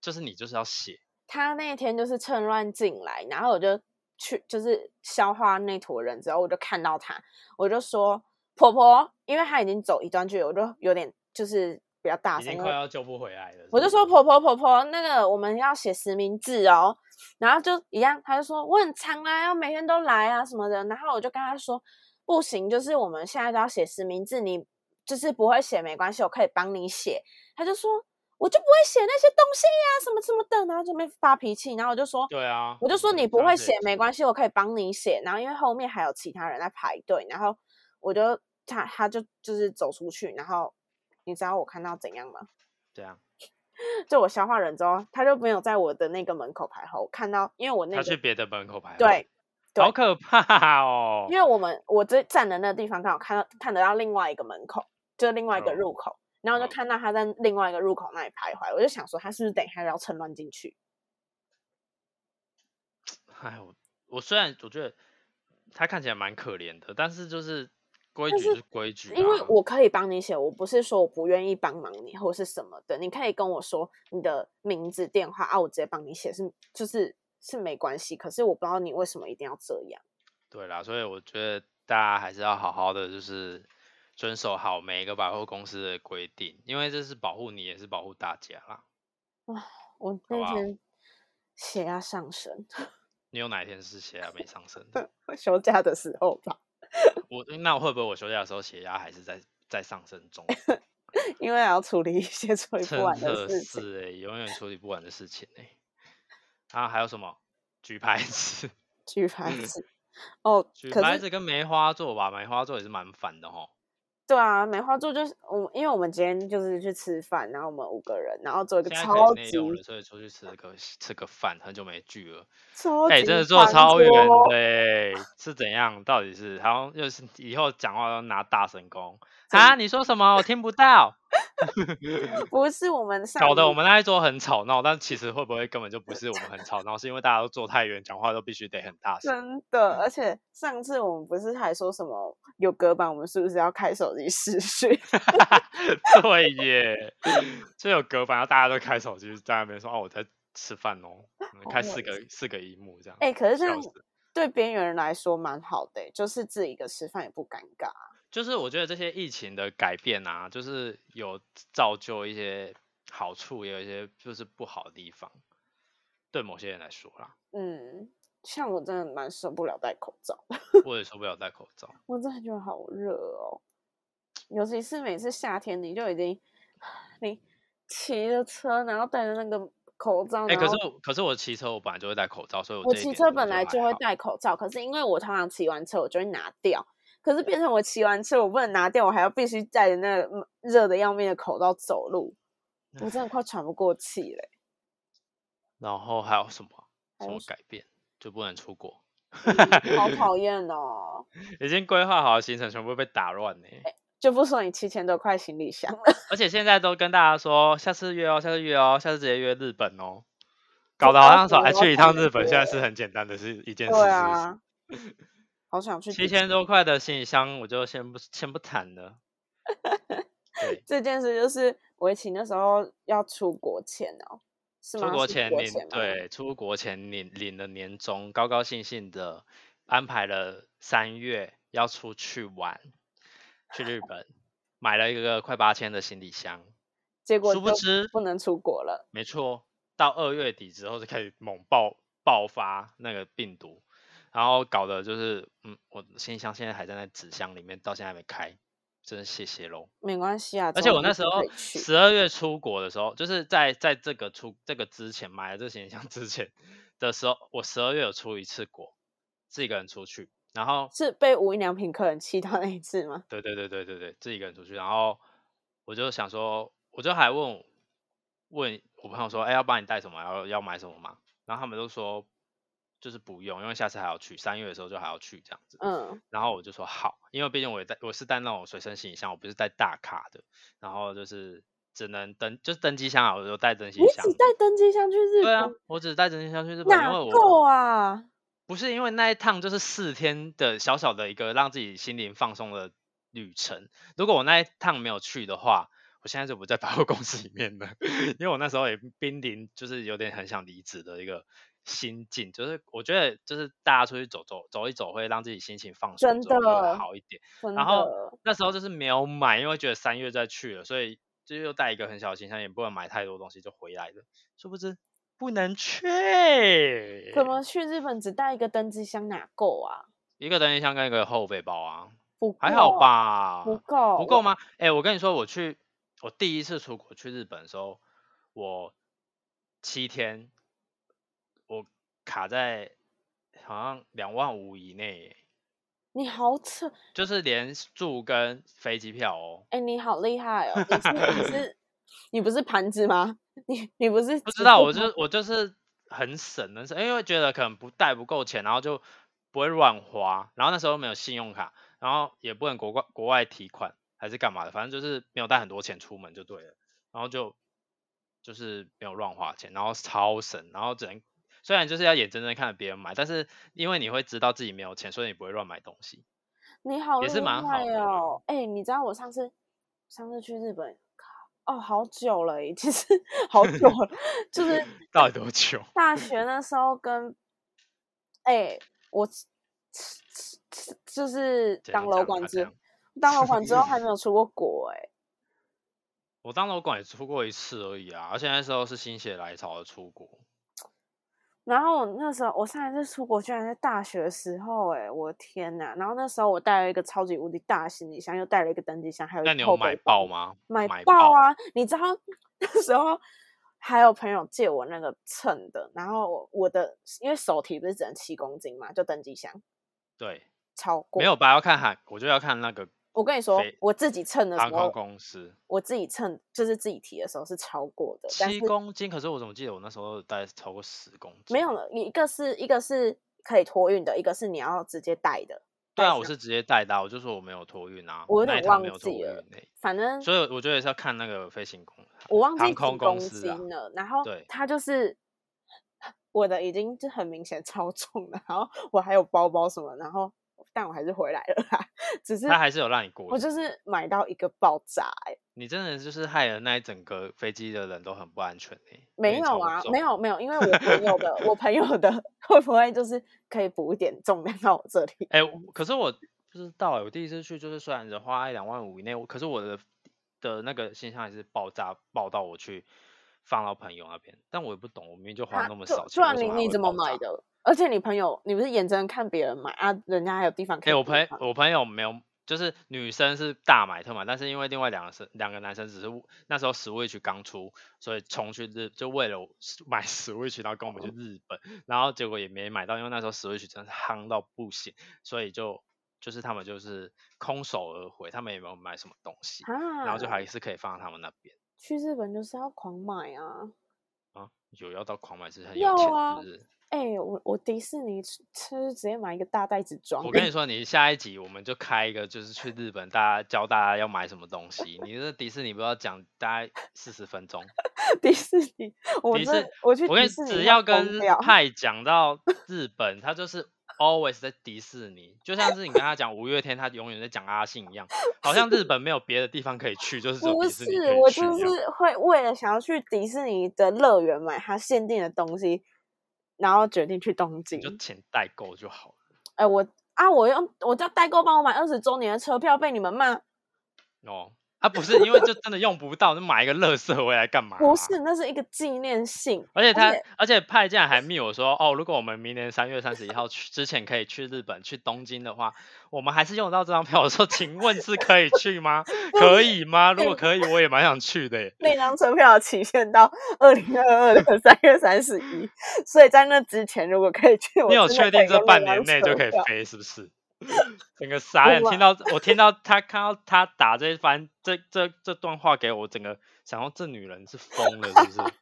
Speaker 2: 就是你就是要写，
Speaker 3: 他那一天就是趁乱进来，然后我就去就是消化那坨人之后，我就看到他，我就说婆婆，因为他已经走一段距离，我就有点就是比较大
Speaker 2: 已
Speaker 3: 声，
Speaker 2: 经
Speaker 3: 因为
Speaker 2: 快要救不回来了。
Speaker 3: 我就说婆婆婆婆，那个我们要写实名制哦。然后就一样，他就说我很常来啊，每天都来啊什么的。然后我就跟他说不行，就是我们现在都要写实名制，你就是不会写没关系，我可以帮你写。他就说我就不会写那些东西呀、什么什么的。然后就没发脾气，然后我就说
Speaker 2: 对啊，
Speaker 3: 我就说你不
Speaker 2: 这样
Speaker 3: 会
Speaker 2: 子
Speaker 3: 写
Speaker 2: 也
Speaker 3: 没
Speaker 2: 是
Speaker 3: 关系，我可以帮你写。然后因为后面还有其他人在排队，然后我就他他就就是走出去，然后你知道我看到怎样吗？
Speaker 2: 这样，
Speaker 3: 就我消化人之后，他就没有在我的那个门口排后，我看到因为我那
Speaker 2: 他去
Speaker 3: 个
Speaker 2: 别的门口排。
Speaker 3: 对，
Speaker 2: 好
Speaker 3: 对
Speaker 2: 可怕哦！
Speaker 3: 因为我们我这站的那个地方刚好看到看得到另外一个门口，就是另外一个
Speaker 2: 哦
Speaker 3: 入口，然后我
Speaker 2: 哦
Speaker 3: 就看到他在另外一个入口那里徘徊，我就想说他是不是等一下要趁乱进去？
Speaker 2: 哎，我我虽然我觉得他看起来蛮可怜的，但是就是规矩
Speaker 3: 是
Speaker 2: 是规矩、啊，
Speaker 3: 因为我可以帮你写，我不是说我不愿意帮忙你或是什么的，你可以跟我说你的名字、电话啊，我直接帮你写是就是是没关系，可是我不知道你为什么一定要这样。
Speaker 2: 对啦，所以我觉得大家还是要好好的就是遵守好每一个百货公司的规定，因为这是保护你，也是保护大家啦。
Speaker 3: 我那
Speaker 2: 吧
Speaker 3: 天血压上升。
Speaker 2: 你有哪一天是血压没上升的？
Speaker 3: 休假的时候吧，
Speaker 2: 我那会不会我休假的时候血压还是在在上升 中？
Speaker 3: 因为还要处理一些 处理不
Speaker 2: 真
Speaker 3: 完的
Speaker 2: 的
Speaker 3: 事情。
Speaker 2: 是哎、永远处理不完的事情哎、啊，还有什么？举牌子，
Speaker 3: 举牌子哦，
Speaker 2: 嗯举
Speaker 3: 可
Speaker 2: 牌
Speaker 3: 是
Speaker 2: 子跟梅花座吧，梅花座也是蛮烦的吼。
Speaker 3: 对啊，梅花座就是我们，因为我们今天就是去吃饭，然后我们五个人，然后做一个
Speaker 2: 现在
Speaker 3: 超
Speaker 2: 可以内
Speaker 3: 级
Speaker 2: 用了，所以出去吃个吃个饭，很久没聚了。
Speaker 3: 超级
Speaker 2: 哎、真的做
Speaker 3: 饭
Speaker 2: 超远
Speaker 3: 桌
Speaker 2: 对，是怎样？到底是好像又是以后讲话要拿大神功
Speaker 3: 真
Speaker 2: 啊？你说什么？我听不 到，
Speaker 3: 不是我们上
Speaker 2: 搞得我
Speaker 3: 一
Speaker 2: 们那一桌很吵闹，但其实会不会根本就不是我们很吵闹，是因为大家都坐太远，讲话都必须得很 大声。
Speaker 3: 真的，而且上次我们不是还说什么有隔板，我们是不是要开手机视讯？
Speaker 2: 对耶，就有隔板，然后大家都开手机在那边说哦我在吃饭哦，我们
Speaker 3: 好
Speaker 2: 开
Speaker 3: 恶
Speaker 2: 四个四个荧幕这样。
Speaker 3: 哎、可是这
Speaker 2: 笑
Speaker 3: 样
Speaker 2: 死
Speaker 3: 对边缘人来说蛮好的欸、就是自己一个吃饭也不尴尬。
Speaker 2: 就是我觉得这些疫情的改变啊，就是有造就一些好处，也有一些就是不好的地方。对某些人来说啦，
Speaker 3: 嗯，像我真的蛮受不了戴口罩，
Speaker 2: 我也受不了戴口 罩。
Speaker 3: 我真的觉得好热哦，尤其是每次夏天，你就已经你骑着车，然后戴着那个口罩，
Speaker 2: 哎、
Speaker 3: 然
Speaker 2: 可
Speaker 3: 后
Speaker 2: 是我可是我骑车我本来就会戴口罩，所以
Speaker 3: 我
Speaker 2: 这一
Speaker 3: 骑
Speaker 2: 点
Speaker 3: 车
Speaker 2: 觉
Speaker 3: 本
Speaker 2: 得
Speaker 3: 来
Speaker 2: 还
Speaker 3: 就会
Speaker 2: 好。
Speaker 3: 戴口罩，可是因为我通常骑完车我就会拿掉，可是变成我骑完车我不能拿掉，我还要必须戴着那个嗯热的要命的口罩走路，我真的快喘不过气 嘞、
Speaker 2: 然后还有什么
Speaker 3: 还
Speaker 2: 什
Speaker 3: 有
Speaker 2: 么
Speaker 3: 什
Speaker 2: 改变？就不能出国，
Speaker 3: 好讨厌哦！
Speaker 2: 已经规划好的行程全部被打乱呢、
Speaker 3: 就不说你七千多块行李箱 了，
Speaker 2: 而且现在都跟大家说，下次约哦，下次约哦，下次直接约日本哦，搞得好像说哎去一趟日本现在是很简单的事一件事，
Speaker 3: 对
Speaker 2: 是不是
Speaker 3: 啊， 好想去
Speaker 2: 七
Speaker 3: 迪士
Speaker 2: 千多块的行李箱，我就先不先不谈 了。对，
Speaker 3: 这件事就是围棋那时候要出国前哦，是吗？
Speaker 2: 出国
Speaker 3: 是
Speaker 2: 前
Speaker 3: 国
Speaker 2: 领
Speaker 3: 吗，
Speaker 2: 对，出国前领领了年终，高高兴兴的安排了三月要出去玩，去日本，买了一个快八千的行李箱，
Speaker 3: 结果
Speaker 2: 殊不
Speaker 3: 就
Speaker 2: 知
Speaker 3: 不能出国了。
Speaker 2: 没错，到二月底之后就开始猛爆爆发那个病毒，然后搞的就是，嗯，我行李箱现在还在那纸箱里面，到现在还没开，真是谢谢喽。
Speaker 3: 没关系啊，
Speaker 2: 而且
Speaker 3: 总
Speaker 2: 我
Speaker 3: 之
Speaker 2: 那时
Speaker 3: 就可
Speaker 2: 候
Speaker 3: 以去
Speaker 2: 十二月出国的时候，就是在在这个出这个之前买了这个行李箱之前的时候，我十二月有出一次国，自己一个人出去，然后
Speaker 3: 是被无印良品客人气到那一次吗？
Speaker 2: 对对对对对对，自己一个人出去，然后我就想说，我就还问我问我朋友说，哎、要帮你带什么？要要买什么吗？然后他们都说就是不用，因为下次还要去，三月的时候就还要去这样子。
Speaker 3: 嗯，
Speaker 2: 然后我就说好，因为毕竟我也带我是带那种随身行李箱，我不是带大卡的，然后就是只能登就是登机箱啊，我就带登机
Speaker 3: 你
Speaker 2: 箱
Speaker 3: 只。带登机箱去日
Speaker 2: 对啊
Speaker 3: 本，，
Speaker 2: 我只带登机箱去日本，因
Speaker 3: 哪
Speaker 2: 为我
Speaker 3: 够啊？
Speaker 2: 不是因为那一趟就是四天的小小的一个让自己心灵放松的旅程。如果我那一趟没有去的话，我现在就不在百货公司里面了，因为我那时候也濒临就是有点很想离职的一个心境，就是我觉得就是大家出去走走走一走，会让自己心情放松，
Speaker 3: 真
Speaker 2: 之后就会
Speaker 3: 的
Speaker 2: 好一点。
Speaker 3: 真
Speaker 2: 然后
Speaker 3: 的，
Speaker 2: 那时候就是没有买，因为觉得三月再去了，所以就又带一个很小的行李箱，也不能买太多东西就回来了。殊不知不能去，
Speaker 3: 怎么去日本只带一个登机箱哪够啊？
Speaker 2: 一个登机箱跟一个后背包啊，
Speaker 3: 不够，
Speaker 2: 还好？吧？
Speaker 3: 不够，
Speaker 2: 不够？吗？哎、我跟你说，我去我第一次出国去日本的时候，我七天，我卡在好像两万五以内耶，
Speaker 3: 你好扯，
Speaker 2: 就是连住跟飞机票哦。
Speaker 3: 哎、你好厉害哦！你是你是 你不是盘子吗？你你不是
Speaker 2: 不知
Speaker 3: 只
Speaker 2: 道，
Speaker 3: 顾
Speaker 2: 我
Speaker 3: 盘
Speaker 2: 就是我就是很省，很省，因为觉得可能不带不够钱，然后就不会乱花，然后那时候没有信用卡，然后也不能国外国外提款还是干嘛的，反正就是没有带很多钱出门就对了，然后就就是没有乱花钱，然后超省，然后只能虽然就是要眼睁睁看着别人买，但是因为你会知道自己没有钱，所以你不会乱买东 西。
Speaker 3: 你好
Speaker 2: 也
Speaker 3: 厉
Speaker 2: 是蛮好
Speaker 3: 害
Speaker 2: 的啦
Speaker 3: 哦！哎、你知道我上次上次去日本，靠哦，好久了耶，其实好久 了，就是
Speaker 2: 到底多久？
Speaker 3: 大学那时候跟，哎、我吃吃吃吃就是
Speaker 2: 怎
Speaker 3: 当
Speaker 2: 样
Speaker 3: 楼
Speaker 2: 讲
Speaker 3: 管
Speaker 2: 啊
Speaker 3: 之
Speaker 2: 怎样
Speaker 3: 当楼管之 后还没有出过国哎、
Speaker 2: 我当楼管也出过一次而已啊，而且那时候是心血来潮的出国。
Speaker 3: 然后我那时候我上一次出国居然在大学的时候哎、我的天呐！然后那时候我带了一个超级无敌大的行李箱，又带了一个登机箱，还有
Speaker 2: 那
Speaker 3: 一
Speaker 2: 你
Speaker 3: 个
Speaker 2: 有
Speaker 3: 后背
Speaker 2: 买
Speaker 3: 包
Speaker 2: 爆。吗？
Speaker 3: 买
Speaker 2: 买
Speaker 3: 爆
Speaker 2: 爆
Speaker 3: 啊！你知道 那时候还有朋友借我那个秤的，然后我我的因为手提不是只能七公斤嘛，就登机箱
Speaker 2: 对，
Speaker 3: 超过
Speaker 2: 没有吧？要看韩，我就要看那个
Speaker 3: 我跟你说
Speaker 2: 飞，
Speaker 3: 我自己称的时
Speaker 2: 航空
Speaker 3: 候，
Speaker 2: 公司
Speaker 3: 我自己称就是自己提的时候是超过的，但
Speaker 2: 七
Speaker 3: 是
Speaker 2: 公斤，可是我怎么记得我那时候大概超过十公斤？
Speaker 3: 没有，了。一个是一个是可以托运的，一个是你要直接带的。
Speaker 2: 对啊，
Speaker 3: 带
Speaker 2: 我
Speaker 3: 上
Speaker 2: 是直接带到，我就说我没有托运啊，
Speaker 3: 我有
Speaker 2: 那
Speaker 3: 点
Speaker 2: 一趟没
Speaker 3: 忘
Speaker 2: 有托
Speaker 3: 记
Speaker 2: 运
Speaker 3: 了
Speaker 2: 欸
Speaker 3: 反正
Speaker 2: 所以我觉得也是要看那个飞行公，
Speaker 3: 我忘记
Speaker 2: 航
Speaker 3: 几
Speaker 2: 空
Speaker 3: 公
Speaker 2: 公司
Speaker 3: 斤
Speaker 2: 啊，
Speaker 3: 了。然后
Speaker 2: 对
Speaker 3: 它就是我的已经就很明显超重了，然后我还有包包什么，然后但我还是回来了啦。只是
Speaker 2: 他还是有让你过
Speaker 3: 我
Speaker 2: 的。
Speaker 3: 就是买到一个爆炸、欸，
Speaker 2: 你真的就是害了那一整个飞机的人都很不安全诶、因为
Speaker 3: 没
Speaker 2: 你
Speaker 3: 有
Speaker 2: 超
Speaker 3: 啊，
Speaker 2: 重
Speaker 3: 没有没有，因为我朋友 的我朋友的会不会就是可以补一点重量到我这里？
Speaker 2: 哎、我可是我不知道哎、我第一次去就是虽然只花一两万五以内，我可是我的的那个信箱还是爆炸爆到我去放到朋友那边，但我也不懂，我明明就花
Speaker 3: 啊
Speaker 2: 那么
Speaker 3: 就
Speaker 2: 少
Speaker 3: 就
Speaker 2: 钱，
Speaker 3: 然
Speaker 2: 为什
Speaker 3: 你
Speaker 2: 么还
Speaker 3: 你
Speaker 2: 会
Speaker 3: 怎么
Speaker 2: 爆炸
Speaker 3: 买？的？而且你朋友，你不是眼睁睁看别人买啊？人家还有地方可
Speaker 2: 哎、
Speaker 3: 以
Speaker 2: 我
Speaker 3: 给
Speaker 2: 朋
Speaker 3: 你
Speaker 2: 友
Speaker 3: 放
Speaker 2: 我朋友没有，就是女生是大买特买，但是因为另外两个生两个男生只是那时候 Switch 刚出，所以冲去日就为了我买 Switch，然后跟我们
Speaker 3: 嗯
Speaker 2: 去日本，然后结果也没买到，因为那时候 Switch 真的夯到不行，所以就就是他们就是空手而回，他们也没有买什么东西，
Speaker 3: 啊，
Speaker 2: 然后就还是可以放到他们那边
Speaker 3: 去日本就是要狂买啊！
Speaker 2: 啊。有要到狂买是很
Speaker 3: 要
Speaker 2: 有钱，
Speaker 3: 啊
Speaker 2: 是不是？
Speaker 3: 哎、我我迪士尼吃吃直接买一个大袋子装、
Speaker 2: 我跟你
Speaker 3: 欸
Speaker 2: 说，你下一集我们就开一个，就是去日本，大家教大家要买什么东西。你这迪士尼不要讲大概四十分钟，
Speaker 3: 迪士尼，我
Speaker 2: 迪
Speaker 3: 真
Speaker 2: 士
Speaker 3: 的我去
Speaker 2: 我
Speaker 3: 迪
Speaker 2: 跟你
Speaker 3: 士尼
Speaker 2: 只
Speaker 3: 会
Speaker 2: 要
Speaker 3: 疯
Speaker 2: 跟
Speaker 3: 掉
Speaker 2: 派讲到日本，他就是 always 在迪士尼，就像是你跟他讲五月天，他永远在讲阿信一样，好像日本没有别的地方可以去，就是只有
Speaker 3: 不
Speaker 2: 迪
Speaker 3: 是
Speaker 2: 士尼可以
Speaker 3: 我
Speaker 2: 去
Speaker 3: 就
Speaker 2: 一样。
Speaker 3: 是会为了想要去迪士尼的乐园买它限定的东西，然后决定去东京
Speaker 2: 你。就请代购就好了。
Speaker 3: 哎、我啊，我用我叫代购帮我买二十周年的车票，被你们骂。
Speaker 2: 哦，啊，不是，因为就真的用不到，就买一个乐色回来干嘛、
Speaker 3: 不是，那是一个纪念性。
Speaker 2: 而且他
Speaker 3: 且，
Speaker 2: 而且派竟然还密我说，哦，如果我们明年三月三十一号去之前可以去日本去东京的话，我们还是用得到这张票。我说，请问是可以去 吗？可以吗？
Speaker 3: 哎
Speaker 2: 如果可以，我也蛮想去的耶。
Speaker 3: 那张车票的期限到二零二二的三月三十一，所以在那之前，如果可以去，我
Speaker 2: 你有
Speaker 3: 真的
Speaker 2: 确
Speaker 3: 可以
Speaker 2: 定这
Speaker 3: 用那
Speaker 2: 半
Speaker 3: 张
Speaker 2: 年内
Speaker 3: 车
Speaker 2: 就可以
Speaker 3: 票啊
Speaker 2: 飞，是 不是？整个傻眼，
Speaker 3: 我
Speaker 2: 听到我听到他看到他打这一番这这这段话给我，整个想说这女人是疯了，是不是？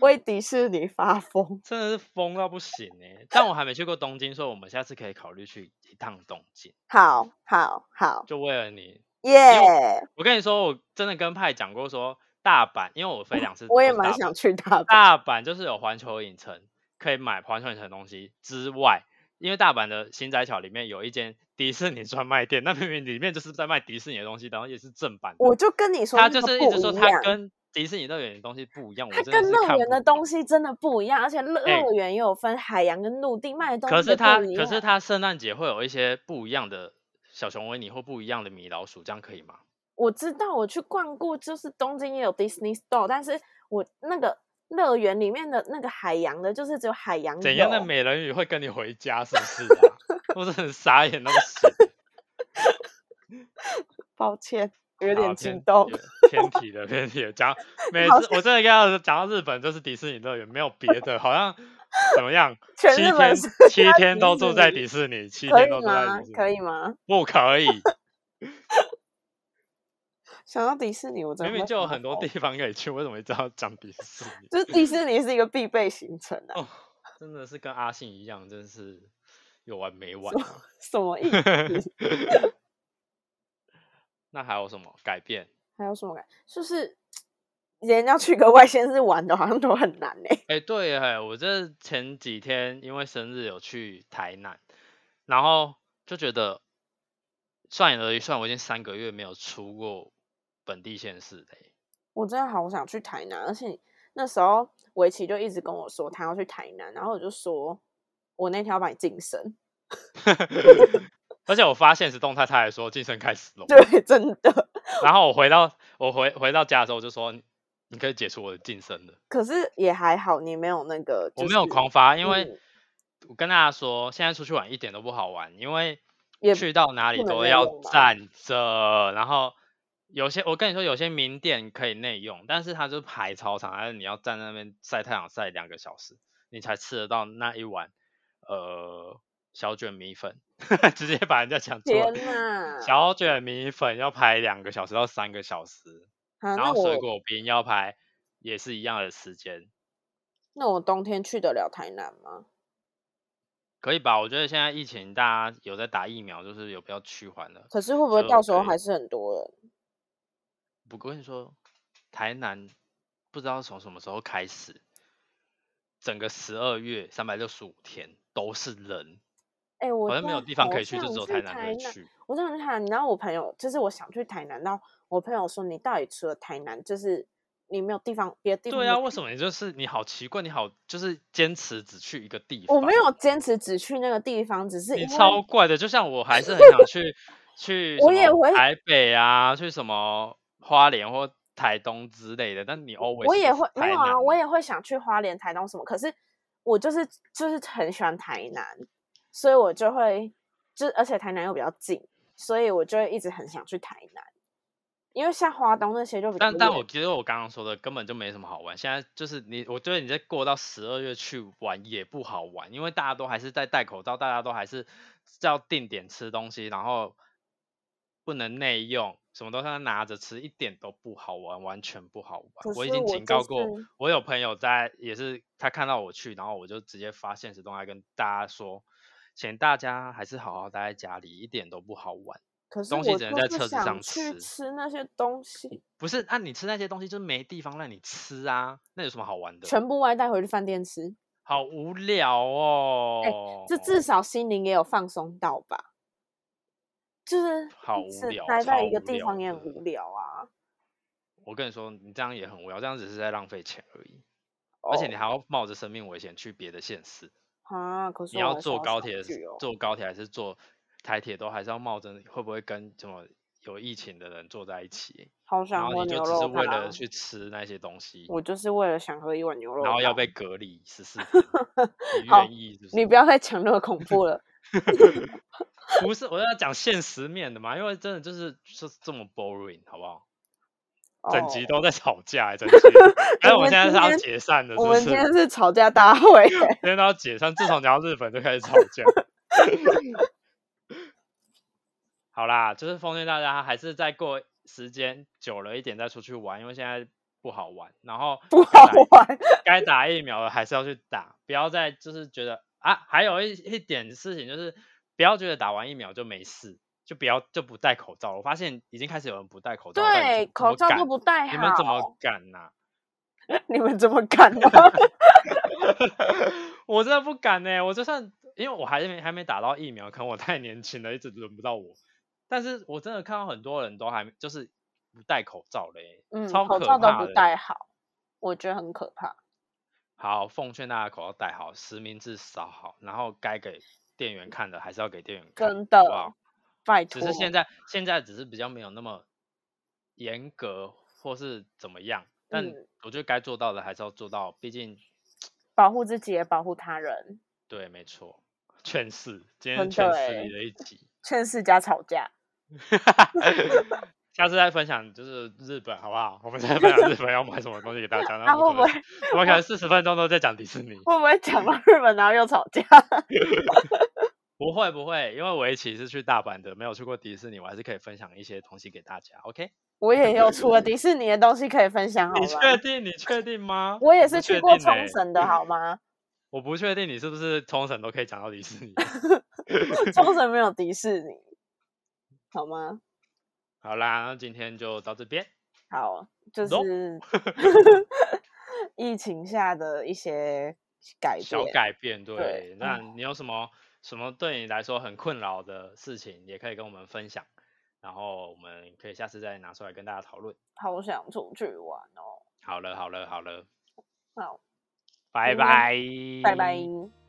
Speaker 3: 为迪士尼发疯。
Speaker 2: 真的是疯到不行哎、但我还没去过东京，所以我们下次可以考虑去一趟东京，
Speaker 3: 好好好，
Speaker 2: 就为了你
Speaker 3: 耶、
Speaker 2: 我跟你说，我真的跟派讲过说，大阪，因为我飞两次，
Speaker 3: 我也蛮想。去大阪。
Speaker 2: 大阪就是有环球影城，可以买环球影城的东西之外，因为大阪的新仔桥里面有一间迪士尼专卖店，那明明里面就是在卖迪士尼的东西，然后也是正版的。
Speaker 3: 我就跟你说，
Speaker 2: 他就是一直说
Speaker 3: 他
Speaker 2: 他跟迪士尼乐园的东西不一样，
Speaker 3: 它
Speaker 2: 我真的
Speaker 3: 跟
Speaker 2: 是
Speaker 3: 乐
Speaker 2: 看
Speaker 3: 园
Speaker 2: 不
Speaker 3: 的
Speaker 2: 懂
Speaker 3: 东西真的不一样，而且乐
Speaker 2: 哎
Speaker 3: 乐园也有分海洋跟陆地，卖的东西
Speaker 2: 可
Speaker 3: 也
Speaker 2: 是
Speaker 3: 不
Speaker 2: 他，
Speaker 3: 一
Speaker 2: 可是
Speaker 3: 样
Speaker 2: 他圣诞节会有一些不一样的小熊维尼或不一样的米老鼠，这样可以吗？
Speaker 3: 我知道我去逛过，就是东京也有 Disney Store，但是我那个乐园里面的那个海洋的，就是只有海洋
Speaker 2: 怎样的
Speaker 3: 有
Speaker 2: 美人鱼会跟你回家？是不是啊？ 我真的很傻眼到不行。
Speaker 3: 抱歉，有点
Speaker 2: 好
Speaker 3: 激
Speaker 2: 偏
Speaker 3: 动
Speaker 2: 有。偏题了，偏题了。 讲每次
Speaker 3: 好
Speaker 2: 我真的要讲到日本，就是迪士尼乐园，没有别的，好 像怎么样？
Speaker 3: 全
Speaker 2: 七
Speaker 3: 日本
Speaker 2: 天
Speaker 3: 是
Speaker 2: 七
Speaker 3: 在
Speaker 2: 天
Speaker 3: 迪
Speaker 2: 都
Speaker 3: 士
Speaker 2: 住在
Speaker 3: 尼
Speaker 2: 迪士尼，七
Speaker 3: 可
Speaker 2: 天
Speaker 3: 以
Speaker 2: 都住在
Speaker 3: 吗
Speaker 2: 迪士？尼，
Speaker 3: 可以吗？
Speaker 2: 不可以？
Speaker 3: 想到迪士尼，我真的
Speaker 2: 明明
Speaker 3: 会
Speaker 2: 就有
Speaker 3: 发
Speaker 2: 很多
Speaker 3: 疯
Speaker 2: 地，方可以去，为什么一直要讲迪士尼？
Speaker 3: 就是迪士尼是一个必备行程啊，
Speaker 2: 哦，真的是跟阿信一样，真是有完没完
Speaker 3: 什么
Speaker 2: 啊！
Speaker 3: 什么意思？
Speaker 2: 那还有什么改变？
Speaker 3: 还有什么感？就是人要去个外县市玩的，好像都很难呢、
Speaker 2: 哎、对哎，我这前几天因为生日有去台南，然后就觉得算了一算，我已经三个月没有出过本地县市嘞。
Speaker 3: 我真的好想去台南，而且那时候围棋就一直跟我说他要去台南，然后我就说我那天要把你晋升，
Speaker 2: 而且我发现实动态，他还说晋升开始了。
Speaker 3: 对，真的。
Speaker 2: 然后我回到我回回到家的时候，我就说你你可以解除我的晋升了。
Speaker 3: 可是也还好，你没有那个、
Speaker 2: 我
Speaker 3: 就
Speaker 2: 没有
Speaker 3: 是
Speaker 2: 狂发，因为
Speaker 3: 嗯
Speaker 2: 我跟大家说，现在出去玩一点都不好玩，因为
Speaker 3: 也
Speaker 2: 去到哪里
Speaker 3: 不能
Speaker 2: 都
Speaker 3: 内
Speaker 2: 要
Speaker 3: 用吧
Speaker 2: 站着，然后有些我跟你说，有些名店可以内用，但是它就是排超长，但是你要站那边晒太阳晒两个小时，你才吃得到那一碗呃小卷米粉， 直接把人家讲出
Speaker 3: 天
Speaker 2: 来。
Speaker 3: 哪！
Speaker 2: 小卷米粉要排两个小时到三个小时，
Speaker 3: 啊，
Speaker 2: 然
Speaker 3: 那
Speaker 2: 后水
Speaker 3: 我
Speaker 2: 果冰要排也是一样的时间，
Speaker 3: 那我冬天去得了台南吗？
Speaker 2: 可以吧？我觉得现在疫情大家有在打疫苗，就是有比较趋缓了。
Speaker 3: 可是会不会
Speaker 2: 就
Speaker 3: 到时候
Speaker 2: 可以
Speaker 3: 还是很多人？
Speaker 2: 不过我跟你说，台南不知道从什么时候开始，整个十二月三百六十五天都是人，
Speaker 3: 哎、我
Speaker 2: 好像没
Speaker 3: 真
Speaker 2: 有
Speaker 3: 的
Speaker 2: 地方
Speaker 3: 好
Speaker 2: 可以去，就
Speaker 3: 想
Speaker 2: 只有
Speaker 3: 去
Speaker 2: 台南可以
Speaker 3: 台南
Speaker 2: 去。
Speaker 3: 我想去台南，然后我朋友就是我想去台南，然后我朋友说你到底除了台南，就是你没有地方别的地方。
Speaker 2: 对啊，为什么你就是你好奇怪，你好就是坚持只去一个地方？
Speaker 3: 我没有坚持只去那个地方，只是因
Speaker 2: 你
Speaker 3: 为
Speaker 2: 超怪的，就像我还是很想 去去
Speaker 3: 我
Speaker 2: 什
Speaker 3: 也
Speaker 2: 么
Speaker 3: 会
Speaker 2: 台北啊，去什么花莲或台东之类的，但你 always
Speaker 3: 我
Speaker 2: 就
Speaker 3: 也
Speaker 2: 是
Speaker 3: 会没
Speaker 2: 台
Speaker 3: 有啊，
Speaker 2: 南
Speaker 3: 我也会想去花莲、台东什么，可是我就是就是很喜欢台南，所以我就会就是而且台南又比较近，所以我就会一直很想去台南，因为像花东那些就比较
Speaker 2: 但但
Speaker 3: 远
Speaker 2: 我觉得我刚刚说的根本就没什么好玩。现在就是你，我觉得你在过到十二月去玩也不好玩，因为大家都还是在戴口罩，大家都还是要定点吃东西，然后不能内用，什么东西要拿着吃，一点都不好玩，完全不好
Speaker 3: 可
Speaker 2: 玩。我已
Speaker 3: 是
Speaker 2: 经
Speaker 3: 我
Speaker 2: 警
Speaker 3: 就
Speaker 2: 告过，
Speaker 3: 是
Speaker 2: 我有朋友在，也是他看到我去，然后我就直接发现实动态跟大家说，请大家还是好好待在家里，一点都不好玩。
Speaker 3: 可是
Speaker 2: 东西
Speaker 3: 我
Speaker 2: 只能
Speaker 3: 就
Speaker 2: 在
Speaker 3: 是
Speaker 2: 车子
Speaker 3: 想
Speaker 2: 上
Speaker 3: 去
Speaker 2: 吃
Speaker 3: 吃那些东西，
Speaker 2: 不是，那、你吃那些东西就是没地方让你吃啊，那有什么好玩的？
Speaker 3: 全部外带回去饭店吃，
Speaker 2: 好无聊
Speaker 3: 哎
Speaker 2: 哦。
Speaker 3: 这至少心灵也有放松到吧？就是
Speaker 2: 好
Speaker 3: 一
Speaker 2: 无
Speaker 3: 直
Speaker 2: 聊
Speaker 3: 待在一个
Speaker 2: 超无
Speaker 3: 地
Speaker 2: 聊
Speaker 3: 方也
Speaker 2: 的
Speaker 3: 很无聊啊。
Speaker 2: 我跟你说，你这样也很无聊，这样只是在浪费钱而已，而且你
Speaker 3: 哦
Speaker 2: 还要冒着生命危险去别的县市。
Speaker 3: 啊，可是
Speaker 2: 你
Speaker 3: 我
Speaker 2: 要
Speaker 3: 还是
Speaker 2: 坐
Speaker 3: 好
Speaker 2: 高
Speaker 3: 想
Speaker 2: 铁
Speaker 3: 去
Speaker 2: 是，
Speaker 3: 哦
Speaker 2: 坐高铁还是坐台铁，都还是要冒着会不会跟什么有疫情的人坐在一起，
Speaker 3: 好
Speaker 2: 然
Speaker 3: 想
Speaker 2: 后
Speaker 3: 喝
Speaker 2: 你就
Speaker 3: 牛
Speaker 2: 只是
Speaker 3: 肉
Speaker 2: 为
Speaker 3: 汤啊
Speaker 2: 了，去吃那些东西，
Speaker 3: 我就是为了想喝一碗牛肉
Speaker 2: 然后要
Speaker 3: 汤
Speaker 2: 被隔离十四 天，你
Speaker 3: 好
Speaker 2: 愿意是不是？
Speaker 3: 你不要再 讲那么恐怖了，
Speaker 2: 不是，我要讲现实面的嘛，因为真的就是就是这么 boring，好不好？整集
Speaker 3: 哦
Speaker 2: 都在吵架、欸，整集。 哎，我
Speaker 3: 我们
Speaker 2: 们现在
Speaker 3: 今
Speaker 2: 是要
Speaker 3: 天
Speaker 2: 解散的，是
Speaker 3: 我
Speaker 2: 不
Speaker 3: 们
Speaker 2: 是？
Speaker 3: 今天是吵架大 会，
Speaker 2: 今天都要解散，自从讲到日本就开始吵架。 好啦，就是奉劝大家还是再过时间久了一点再出去玩，因为现在不好玩。然后
Speaker 3: 不
Speaker 2: 该
Speaker 3: 好
Speaker 2: 打疫
Speaker 3: 玩。
Speaker 2: 该打疫苗的还是要去打，不要再就是觉得啊，还有一一点事情就是不要觉得打完疫苗就没事，就不要就不戴口罩了。我发现已经开始有人不戴口罩，我在想
Speaker 3: 对，
Speaker 2: 怎
Speaker 3: 口
Speaker 2: 么
Speaker 3: 罩
Speaker 2: 敢
Speaker 3: 都不戴好，
Speaker 2: 你们怎么敢呐、
Speaker 3: 你们怎么敢呢？
Speaker 2: 我真的不敢呢、我就算因为我还没还没打到疫苗，可能我太年轻了，一直轮不到我。但是我真的看到很多人都还没就是不戴口罩嘞、
Speaker 3: 嗯，
Speaker 2: 超
Speaker 3: 口
Speaker 2: 可
Speaker 3: 罩都
Speaker 2: 怕
Speaker 3: 不
Speaker 2: 的。
Speaker 3: 戴好，我觉得很可怕。
Speaker 2: 好，奉劝大家口罩戴好，实名制扫好，然后该给店员看的还是要给店员看，
Speaker 3: 真
Speaker 2: 好
Speaker 3: 的
Speaker 2: 不好？
Speaker 3: 拜
Speaker 2: 只
Speaker 3: 托，
Speaker 2: 是现在现在只是比较没有那么严格或是怎么样，但
Speaker 3: 嗯
Speaker 2: 我觉得该做到的还是要做到，毕竟
Speaker 3: 保护自己也保护他人，
Speaker 2: 对，没错，劝世，今天
Speaker 3: 真
Speaker 2: 是劝
Speaker 3: 的
Speaker 2: 世
Speaker 3: 欸
Speaker 2: 里的一集。
Speaker 3: 劝世加吵架。
Speaker 2: 下次再分享就是日本好不好？我们再分享日本要买什么东西给大家。然
Speaker 3: 他
Speaker 2: 后
Speaker 3: 会
Speaker 2: 我
Speaker 3: 不
Speaker 2: 们
Speaker 3: 会
Speaker 2: 可能我们可能四十分钟都在讲迪士尼，
Speaker 3: 会不会讲到日本然后又吵架？
Speaker 2: 不会不会，因为我一起是去大阪的，没有去过迪士尼，我还是可以分享一些东西给大家。OK？
Speaker 3: 我也有除了迪士尼的东西可以分享，好
Speaker 2: 你确
Speaker 3: 吗？
Speaker 2: 定？你确定吗？
Speaker 3: 我也
Speaker 2: 不
Speaker 3: 是去
Speaker 2: 确
Speaker 3: 过
Speaker 2: 定
Speaker 3: 冲
Speaker 2: 欸
Speaker 3: 绳的，好 吗？
Speaker 2: 我不确定你是不是冲绳都可以讲到迪士尼。
Speaker 3: 冲绳没有迪士尼，好吗？
Speaker 2: 好啦，那今天就到这边。
Speaker 3: 好，就
Speaker 2: No
Speaker 3: 是 疫情下的一些改
Speaker 2: 小
Speaker 3: 变。
Speaker 2: 改变，对。那你有什么什么对你来说很困扰的事情，也可以跟我们分享，然后我们可以下次再拿出来跟大家讨论。
Speaker 3: 好想出去玩哦！
Speaker 2: 好了，好了，好了，
Speaker 3: 好，
Speaker 2: 拜
Speaker 3: 嗯
Speaker 2: 拜，嗯
Speaker 3: 拜拜。